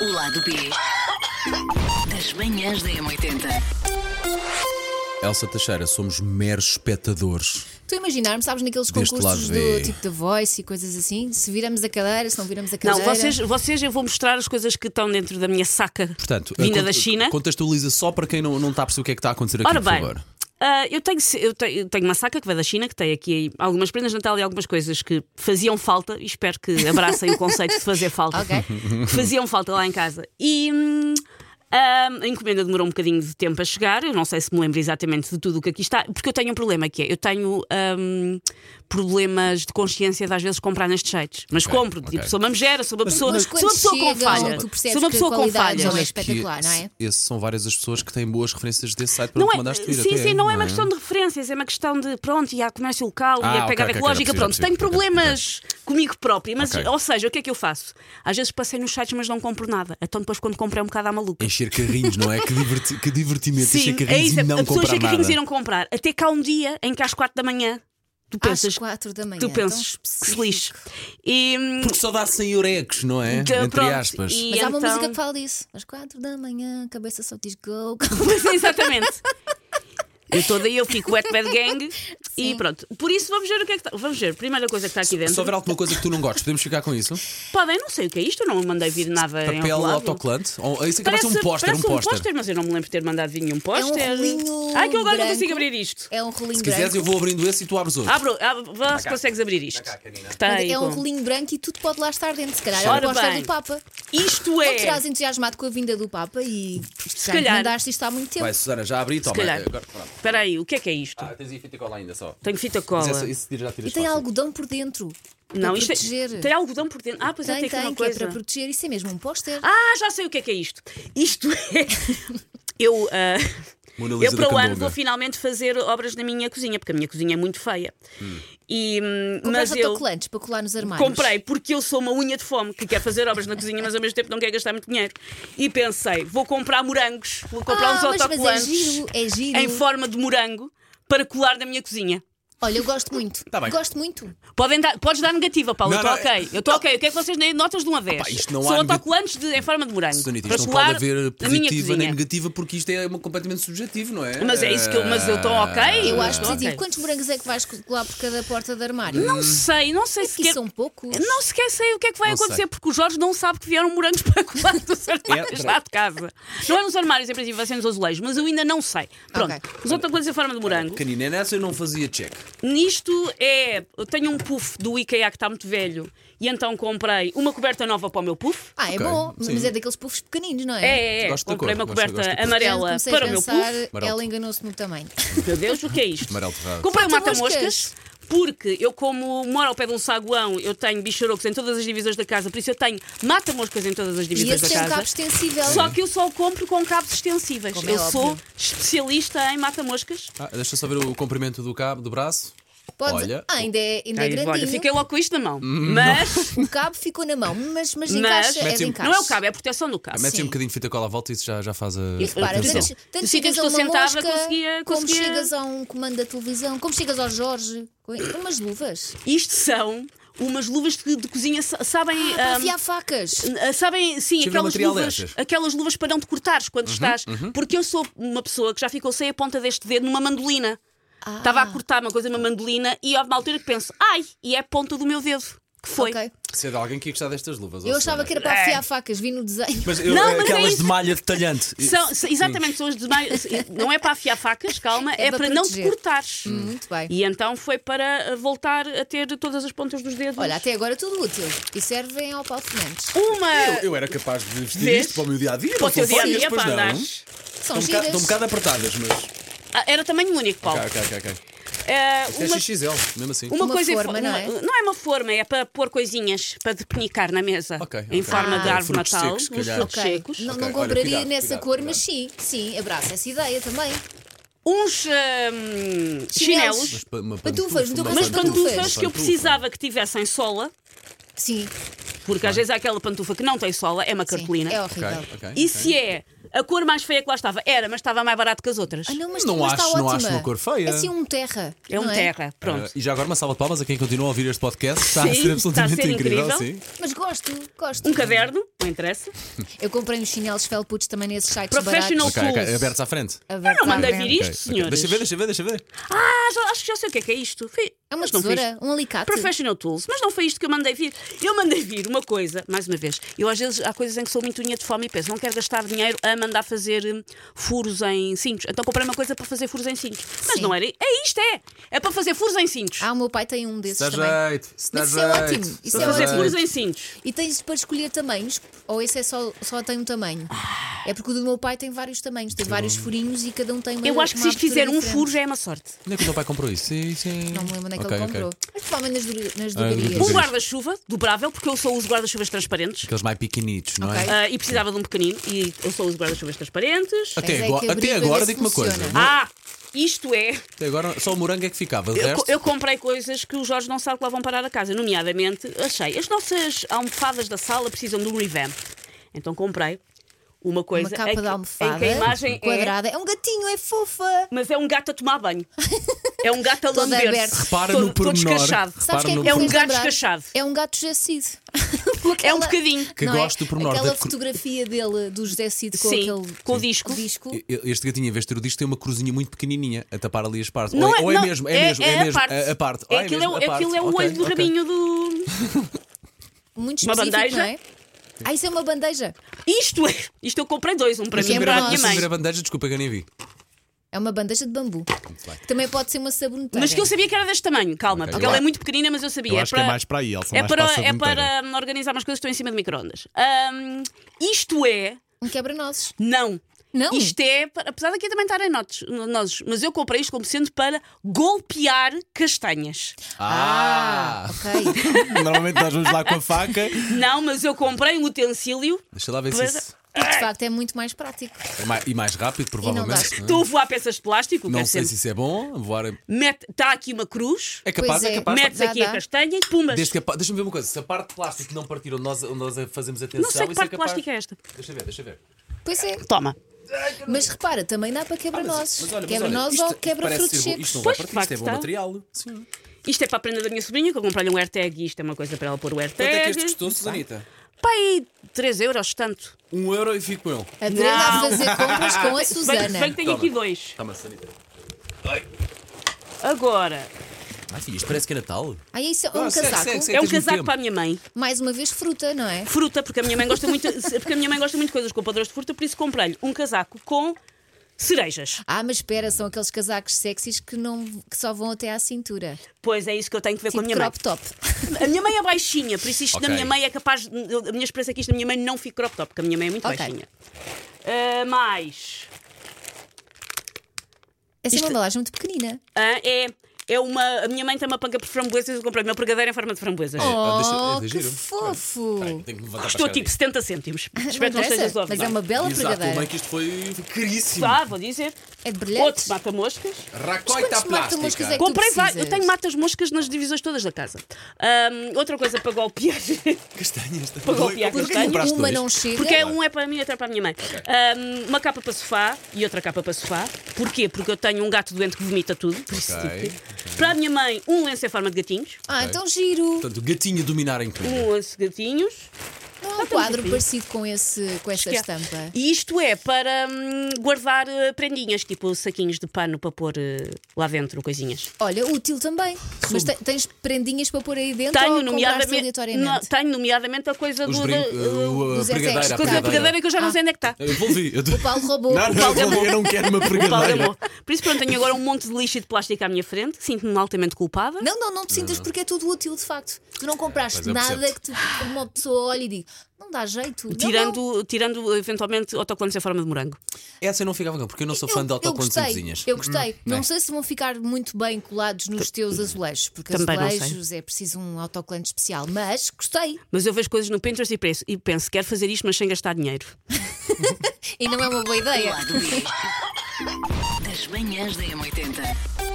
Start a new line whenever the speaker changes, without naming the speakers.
O lado B das manhãs da M80.
Elsa Teixeira, somos meros espectadores.
Tu imaginar-me, sabes, naqueles
Deste
concursos
lado é. vê.
do tipo The Voice e coisas assim, se viramos a cadeira, se não viramos a
Não,
cadeira.
vocês, vocês eu vou mostrar as coisas que estão dentro da minha saca
Portanto,
vinda
eh,
da
cont-
China.
Contextualiza só para quem não, não está a perceber o que é que está a acontecer aqui,
Ora
por
bem,
favor.
ah, eu, tenho, se- eu, tenho, eu tenho uma saca que vai da China, que tem aqui algumas prendas de Natal e algumas coisas que faziam falta, e espero que abracem o conceito de fazer falta.
Ok.
Que faziam falta lá em casa. E. hum, ah, a encomenda demorou um bocadinho de tempo a chegar. Eu não sei se me lembro exatamente de tudo o que aqui está, porque eu tenho um problema que é: eu tenho hum, problemas de consciência de às vezes comprar nestes sites. Mas
Ok,
compro,
ok.
tipo, sou uma megera, sou uma pessoa,
mas
sou uma
quando
pessoa com
chegam,
falha.
tu percebes
Sou uma
que a
pessoa com
qualidade
falha.
não é espetacular, não é?
Esses são várias as pessoas que têm boas referências desse site para
Não
onde
é,
mandaste vir.
sim,
até,
sim, não é uma questão de referências, é uma questão de pronto, e há comércio local,
Ah,
e a
ok,
pegada
ok, ok,
ecológica,
não
pronto,
preciso,
tenho
não preciso, ok,
problemas comigo próprio, mas,
Ok.
ou seja, o que é que eu faço? Às vezes passei nos sites, mas não compro nada. Então depois quando compro é um bocado à maluca.
Encher carrinhos, não é? Que, diverti- que divertimento. encher
é
carrinhos
isso,
e
a
não
pessoa
comprar
chega carrinhos
nada.
e não comprar. Até cá um dia em que às quatro da manhã tu
Às
pensas,
quatro da manhã.
tu
tão
pensas que se
específico.
lixe. E, hum,
Porque só dá 100 eurecos, não é?
então,
Entre
pronto,
aspas.
e
Mas há uma
então-
música que fala disso. Às quatro da manhã, a cabeça só diz go.
Pois, é exatamente. Eu toda eu fico wet bad gang e
Sim.
pronto. Por isso vamos ver o que é que está. Vamos ver. Primeira coisa que está aqui
Se
dentro.
houver alguma coisa que tu não gostes, podemos ficar com isso?
Podem, não sei o que é isto, eu não mandei vir nada
Papel
enrolado.
autocolante? Ou, isso acaba de
É um Parece,
ser um póster, um
parece
póster.
mas eu não me lembro de ter mandado vir nenhum póster.
É um rolinho
Ai, que eu agora não
branco.
consigo abrir isto.
É um rolinho
Se quiseres,
branco.
eu vou abrindo esse e tu abres outro.
Abro, abro vê se consegues abrir isto. Que está aí,
É um
com-
rolinho branco e tudo pode lá estar dentro. Se calhar é
Ora
o póster
bem.
do Papa.
Isto
Não
é.
terás entusiasmado com a vinda do Papa e já
calhar.
mandaste isto há muito tempo.
Vai, Susana, já abri, toma.
calhar.
Agora, pronto.
Espera aí, o que é que é isto?
Ah, tens aí fita cola ainda só.
Tenho fita cola.
Mas é- essa- esse já tiras
E tem
fácil.
algodão por dentro.
não,
para
isto
proteger.
é. Tem algodão por dentro. Ah, pois é,
Tem,
tem aqui
tem,
uma
que é
coisa.
para proteger. Isso é mesmo um póster.
Ah, já sei o que é que é isto. Isto é. Eu, ah,
Mona Lisa
eu para
da
o ano
Candonga.
vou finalmente fazer obras na minha cozinha, porque a minha cozinha é muito feia. E, hum, mas
Compraste
eu
autocolantes para colar nos armários.
comprei porque eu sou uma unha de fome que quer fazer obras na cozinha, mas ao mesmo tempo não quer gastar muito dinheiro. E pensei, vou comprar morangos, vou comprar
Ah,
uns
mas- mas é
autocolantes
giro, é giro.
em forma de morango para colar na minha cozinha.
Olha, eu gosto muito.
Tá bem.
Gosto muito.
Podem dar, podes dar negativa, Paulo.
Não,
eu
não,
estou ok. Eu estou ok. O que é que vocês dêem? Notas de 1 a 10?
Pá, isto não
São
há nega-
autocolantes de- em forma de morango.
Sonita,
para
isto não
colar
pode haver
na minha
positiva nem
cozinha.
negativa porque isto é uma- completamente subjetivo, não é?
Mas é isso que eu. Mas eu estou ok?
Ah,
Eu acho
Estou
positivo.
ok.
Quantos morangos é que vais colar por cada porta de armário?
Não sei, não sei
é que
sequer.
são poucos.
Não sequer sei o que é que vai
Não
acontecer,
sei.
porque o Jorge não sabe que vieram morangos para colar nos armários
É,
lá de casa. Não é nos armários, em princípio, vai ser nos azulejos, mas eu ainda não sei. Pronto,
Ok.
mas outra coisa em forma de morango.
Ah, Pequenina, é nessa eu não fazia check.
Nisto é. Eu tenho um puff do IKEA que está muito velho e então comprei uma coberta nova para o meu puff.
Ah, é
Ok,
bom,
sim.
mas é daqueles puffs pequeninos, não é?
É, é, é.
Gosto da
comprei
cor,
uma
gosto-
coberta
gosto da cor.
amarela
comecei
para
a
o meu
pensar,
puff.
Maroto.
ela enganou-se no tamanho.
Meu Deus, o que é isto?
Amarelo torrado.
Comprei um
Mata-moscas.
mata-moscas porque eu, como moro ao pé de um saguão, eu tenho bicharocos em todas as divisões da casa, por isso eu tenho mata-moscas em todas as
E esse
divisões da
tem um
casa.
cabo extensível.
Só que eu só compro com cabos extensíveis.
Como é
eu sou
óbvio.
especialista em mata-moscas.
Ah, deixa só ver o comprimento do cabo, do braço.
Podes-
Olha.
Ah, ainda é, ainda é
Ai, Tá Olha,
grandinho.
fiquei logo com isto na mão.
Hum.
mas
O cabo ficou na mão, mas, mas,
mas
encaixa, é de
Mete-se um-
encaixe.
não é o cabo, é a proteção do cabo.
Mete
Sim.
um bocadinho de fita cola à volta e isso já, já faz a.
E
a
repara,
Por
tanto,
função.
exemplo,
tanto
no sítio
chegas
em que
a uma
estou sentada,
mosca,
conseguia-
como
conseguia-
chegas a um comando da televisão, como chegas ao Jorge, com umas luvas.
Isto são umas luvas de, de cozinha, sa- sabem.
Ah, para
ahm,
afiar facas.
Ah, Sabem, sim,
Tive um
aquelas
material
luvas,
dessas. Uhum,
aquelas luvas para não te cortares quando estás. Porque eu sou uma pessoa que já ficou sem a ponta deste dedo numa mandolina.
Ah,
Estava a cortar uma coisa numa mandolina e há uma altura que penso, ai, e é a ponta do meu dedo. Que foi. É.
Ok.
Se é de alguém que ia gostar destas luvas.
Eu achava que era para afiar facas, vi no desenho.
Mas eu,
Não, mas é
aquelas de
isso.
malha detalhante.
São- se- exatamente, são as de maio. Não é para afiar facas, calma, é,
É
para,
para
não te
proteger.
cortares.
Muito bem.
E então foi para ah, voltar a ter todas as pontas dos dedos.
Olha, até agora é tudo útil. E servem ao Paulo Fernandes.
uma.
Eu, eu era capaz de vestir
Vês?
isto para o meu dia a dia.
Para o teu dia a dia, para
andar.
andares.
Estão
São
um
giras.
bocado- estão um bocado apertadas, mas.
Ah, era tamanho único, Paulo.
Ok, ok, ok, ok.
Ah,
Isto
uma-
é XXL, mesmo assim.
Uma,
Uma
coisa em
forma,
fo-
não é?
Não é uma forma, é para pôr coisinhas para depenicar na mesa.
Ok, ok.
Em forma
Ah.
de árvore
Frutos
natal,
secos, se
uns
calhar.
frutos
Ok.
secos.
Não,
Ok,
não
olha,
compraria
cuidado,
nessa
cuidado,
cor,
cuidado.
mas sim, sim, abraço essa ideia também.
Uns hum, chinelos.
Chinelos.
pa- uma
Pantufas,
pantufa,
nunca
uma
Mas
Mas pantufas
pantufas.
que eu
Pantufa.
precisava que tivessem sola,
Sim,
porque às vezes há aquela pantufa que não tem sola, é uma
sim,
cartolina.
É
Ok,
horrível.
ok.
E
ok.
se é a cor mais feia que lá estava? Era, mas estava mais barato que as outras.
Ah, não, mas,
Não
mas
acho-
está
não
ótima.
acho uma cor feia.
É assim um terra.
é um
não
terra,
Ah,
pronto.
e já agora uma salva de palmas a quem continua a ouvir este podcast. Está a
Sim,
ser
está a
absolutamente
ser
incrível.
incrível.
sim.
Mas gosto, gosto.
Um caderno, não interessa.
Eu comprei uns chinelos felputos também nesses sites
Professional
Ok, ok,
Tools.
abertos à frente.
baratos.
Eu não mandei
Abertos à
vir
venda.
isto,
Ok,
senhores.
Deixa ver, deixa ver, deixa ver.
Ah, já- acho que já sei o que é que é isto. Foi-
É uma
mas não foi isto.
tesoura, um alicate.
Professional Tools, mas não foi isto que eu mandei vir. Eu mandei vir uma coisa, mais uma vez. Eu às vezes há coisas em que sou muito unha de fome e penso, não quero gastar dinheiro a mandar fazer hum, furos em cintos. Então comprei uma coisa para fazer furos em cintos. Mas
Sim.
não era. É isto, é! É para fazer furos em cintos.
Ah, o meu pai tem um desses
Se
também.
dá jeito. Se dá
Mas isso
jeito.
é ótimo,
se
isso
dá
é
fazer
ótimo.
jeito.
furos em cintos.
E tens para escolher tamanhos? Ou esse é só, só tem um tamanho? É porque o do meu pai tem vários tamanhos, tem vários furinhos e cada um tem uma
Eu acho que se
uma
isto fizer
abertura
um
diferente.
furo já é uma sorte.
Onde é que o teu pai comprou isso? Sim, sim.
Não me lembro onde é que
Ok,
ele
ok.
comprou. Mas provavelmente nas, dro- nas
Ah,
drogarias.
Mas
Um
isto-
guarda-chuva dobrável, porque eu só uso guarda-chuvas transparentes.
Aqueles mais pequenitos, não é?
Ok.
Ah, e precisava de um pequenino, e eu só uso guarda-chuvas transparentes.
Mas é
Até
que
agora,
abrigo
até
a ver
agora
se
digo uma coisa.
funciona.
Ah, isto é.
Até agora só o morango é que ficava. De
Eu,
resto,
co- eu comprei coisas que o Jorge não sabe que lá vão parar a casa, nomeadamente, achei, as nossas almofadas da sala precisam de um revamp. Então comprei uma coisa
Uma capa
em, que-
de almofada
em que a imagem é.
quadrada. É... um gatinho, é fofa.
Mas é um gato a tomar banho. É um gato a
Todo
lamber-se.
aberto.
repara
todo,
no
todo
pormenor.
escrachado.
Sabes
Repara
quem é
no
que
É um
me fez
gato
lembrar?
descachado.
É um gato jacido.
É um bocadinho.
Que
não é?
gosto do pormenor
Aquela
da cru-
fotografia dele do José Cid com
Sim,
aquele
com o disco.
e- e- Este gatinho, em vez de ter o disco, tem uma cruzinha muito pequenininha a tapar ali as partes.
Não
ou é, ou é
não,
mesmo, é, mesmo, é,
a
mesmo.
parte.
É a parte.
É
Ah,
aquilo,
mesmo,
é,
a parte.
aquilo é o
Ok,
olho do
ok.
rabinho do.
Muito
Uma
específico,
bandeja?
não é? Ah, isso é uma bandeja.
Isto é. Isto eu comprei dois, um para mim
Deixa-me
e um
ver
para
a-
a minha
Deixa-me
mãe.
ver a bandeja, desculpa que eu nem vi.
É uma bandeja de bambu. Que também pode ser uma saboneteira.
Mas que eu sabia que era deste tamanho, calma,
Ok.
porque
Eu
ela é
acho-
muito pequenina, mas eu sabia.
Eu acho que é mais para aí, Elsa,
É
mais
para,
para a
é
saboneteira.
para hum, organizar umas coisas que estão em cima de microondas. Hum, isto é.
Um quebra-nozes.
Não.
Não?
Isto é, para- apesar daqui também estarem notes- nozes, mas eu comprei isto como sendo para golpear castanhas.
Ah, ok.
Normalmente nós vamos lá com a faca.
Não, mas eu comprei um utensílio.
Deixa lá ver se
Mas-
isso.
E de facto é muito mais prático.
é mais- E mais rápido, provavelmente. não é?
Estou a voar peças de plástico,
Não
quer
sei
sempre.
se isso é bom. Voar é-
Está aqui uma cruz,
É capaz,
Pois
é,
é.
capaz.
metes
dá,
aqui a
dá.
castanha e pumas.
Desde que a pa- Deixa-me ver uma coisa. Se a parte de plástico não partir onde nós, onde nós fazemos atenção,
Não sei que
isso
parte de
é capaz.
plástico é esta.
Deixa ver, deixa ver.
Pois é.
Toma.
Mas repara, também dá para
Ah,
quebra-nozes. Quebra-nozes
isto
ou quebra-frutos
parece ser bom.
secos.
Isto não
Pois,
vai partir, isto
de
é
facto,
bom
está.
material. Sim.
Isto é para a prenda da minha sobrinha, que eu comprei-lhe um AirTag e isto é uma coisa para ela pôr o AirTag.
Quanto é que este custou, Susanita?
Pai, 3 euros, tanto.
Um euro e fico com ele.
Adorei lá
Não.
fazer compras com a
Se bem- se bem
Susana.
que tenho aqui dois.
Toma, Susanita.
Agora,
Ai, filho, isto parece que é Natal.
Ah, isso é um
Ah, segue,
casaco.
segue, segue.
é um
tens muito
casaco
tempo.
para a minha mãe.
Mais uma vez, fruta, não é?
Fruta, porque a minha mãe gosta muito, porque a minha mãe gosta muito de coisas com padrões de fruta, por isso comprei-lhe um casaco com cerejas.
Ah, mas espera, são aqueles casacos sexys que, não, que só vão até à cintura.
Pois é isso que eu tenho que ver
Tipo
com a minha
crop top.
mãe. A minha mãe é baixinha, por isso isto
Ok.
da minha mãe é capaz. de- A minha experiência é que isto da minha mãe não fica crop top, porque a minha mãe é muito
Ok.
baixinha. Ah, mais.
Essa
Isto-
é uma embalagem muito pequenina.
Ah, é. É uma, a minha mãe tem uma panca por framboesas, eu comprei uma pregadeira em forma de framboesas.
Ah, deixa-
Oh,
é
que
giro.
fofo.
Peraí, tenho que me levantar para
Custou
chegar
tipo 70 cêntimos.
Não
Espero que não estejas a
interessa,
ouvir.
mas é uma bela
ali. Exato, tudo bem
pregadeira.
que isto foi caríssimo.
Ah, vou dizer.
É de
Outro
brilhante.
mata-moscas.
Racoita
Quantos mata-moscas é
plástica.
que- tu
Comprei vários. Eu
precisas?
tenho matas-moscas nas divisões todas da casa. Ahm, outra coisa para golpear.
Castanhas. também.
Para golpear
Porquê
castanhas.
compraste
Uma
dois?
não chega.
Porque é um é para mim e outro é para a minha mãe. Ahm, uma capa para sofá e outra capa para sofá. Porquê? Porque eu tenho um gato doente que vomita tudo. Por isso
Ok,
tive que ter. Para a minha mãe, um lenço em forma de gatinhos.
Ah, então giro.
Portanto, gatinho a dominar em tudo.
Um lenço de gatinhos.
Não há um
estamos
quadro
aqui.
parecido com, esse, com essa
Que é-
estampa.
E isto é para hum, guardar eh, prendinhas, tipo saquinhos de pano para pôr eh, lá dentro coisinhas.
Olha, útil também. Mas te- tens prendinhas para pôr aí dentro ou
Tenho
Então compraste
nomeadamente, não, tá.
aleatoriamente? eh,
tenho nomeadamente a coisa
Os
do.
brincos.
da-
uh, A
dos ETs.
pregadeira. a
Coisa
coisa da
pregadeira.
pegadeira que eu já não sei onde é que está.
Eu Devolvi. Eu
é O Paulo roubou.
Não, não, eu não quero uma
O Paulo
pregadeira.
amou. Por isso, pronto, tenho agora um monte de lixo e de plástico à minha frente. Sinto-me altamente culpada.
Não, não, não te sintas porque é tudo útil, de facto. Tu não compraste
Pois, eu
nada
percebo.
que te- uma pessoa olhe e diga não dá jeito. Não,
Tirando,
não.
tirando eventualmente autocolantes em forma de morango.
Essa eu não ficava com, porque eu não sou fã de
eu
autocolantes em
gostei,
cozinhas.
eu gostei.
não
não
é?
sei se vão ficar muito bem colados nos teus azulejos, porque
Também não sei.
azulejos é preciso um autocolante especial, mas gostei.
Mas eu vejo coisas no Pinterest e penso, e penso quero fazer isto, mas sem gastar dinheiro.
E não é uma boa
O
ideia.
lado B das manhãs da M80.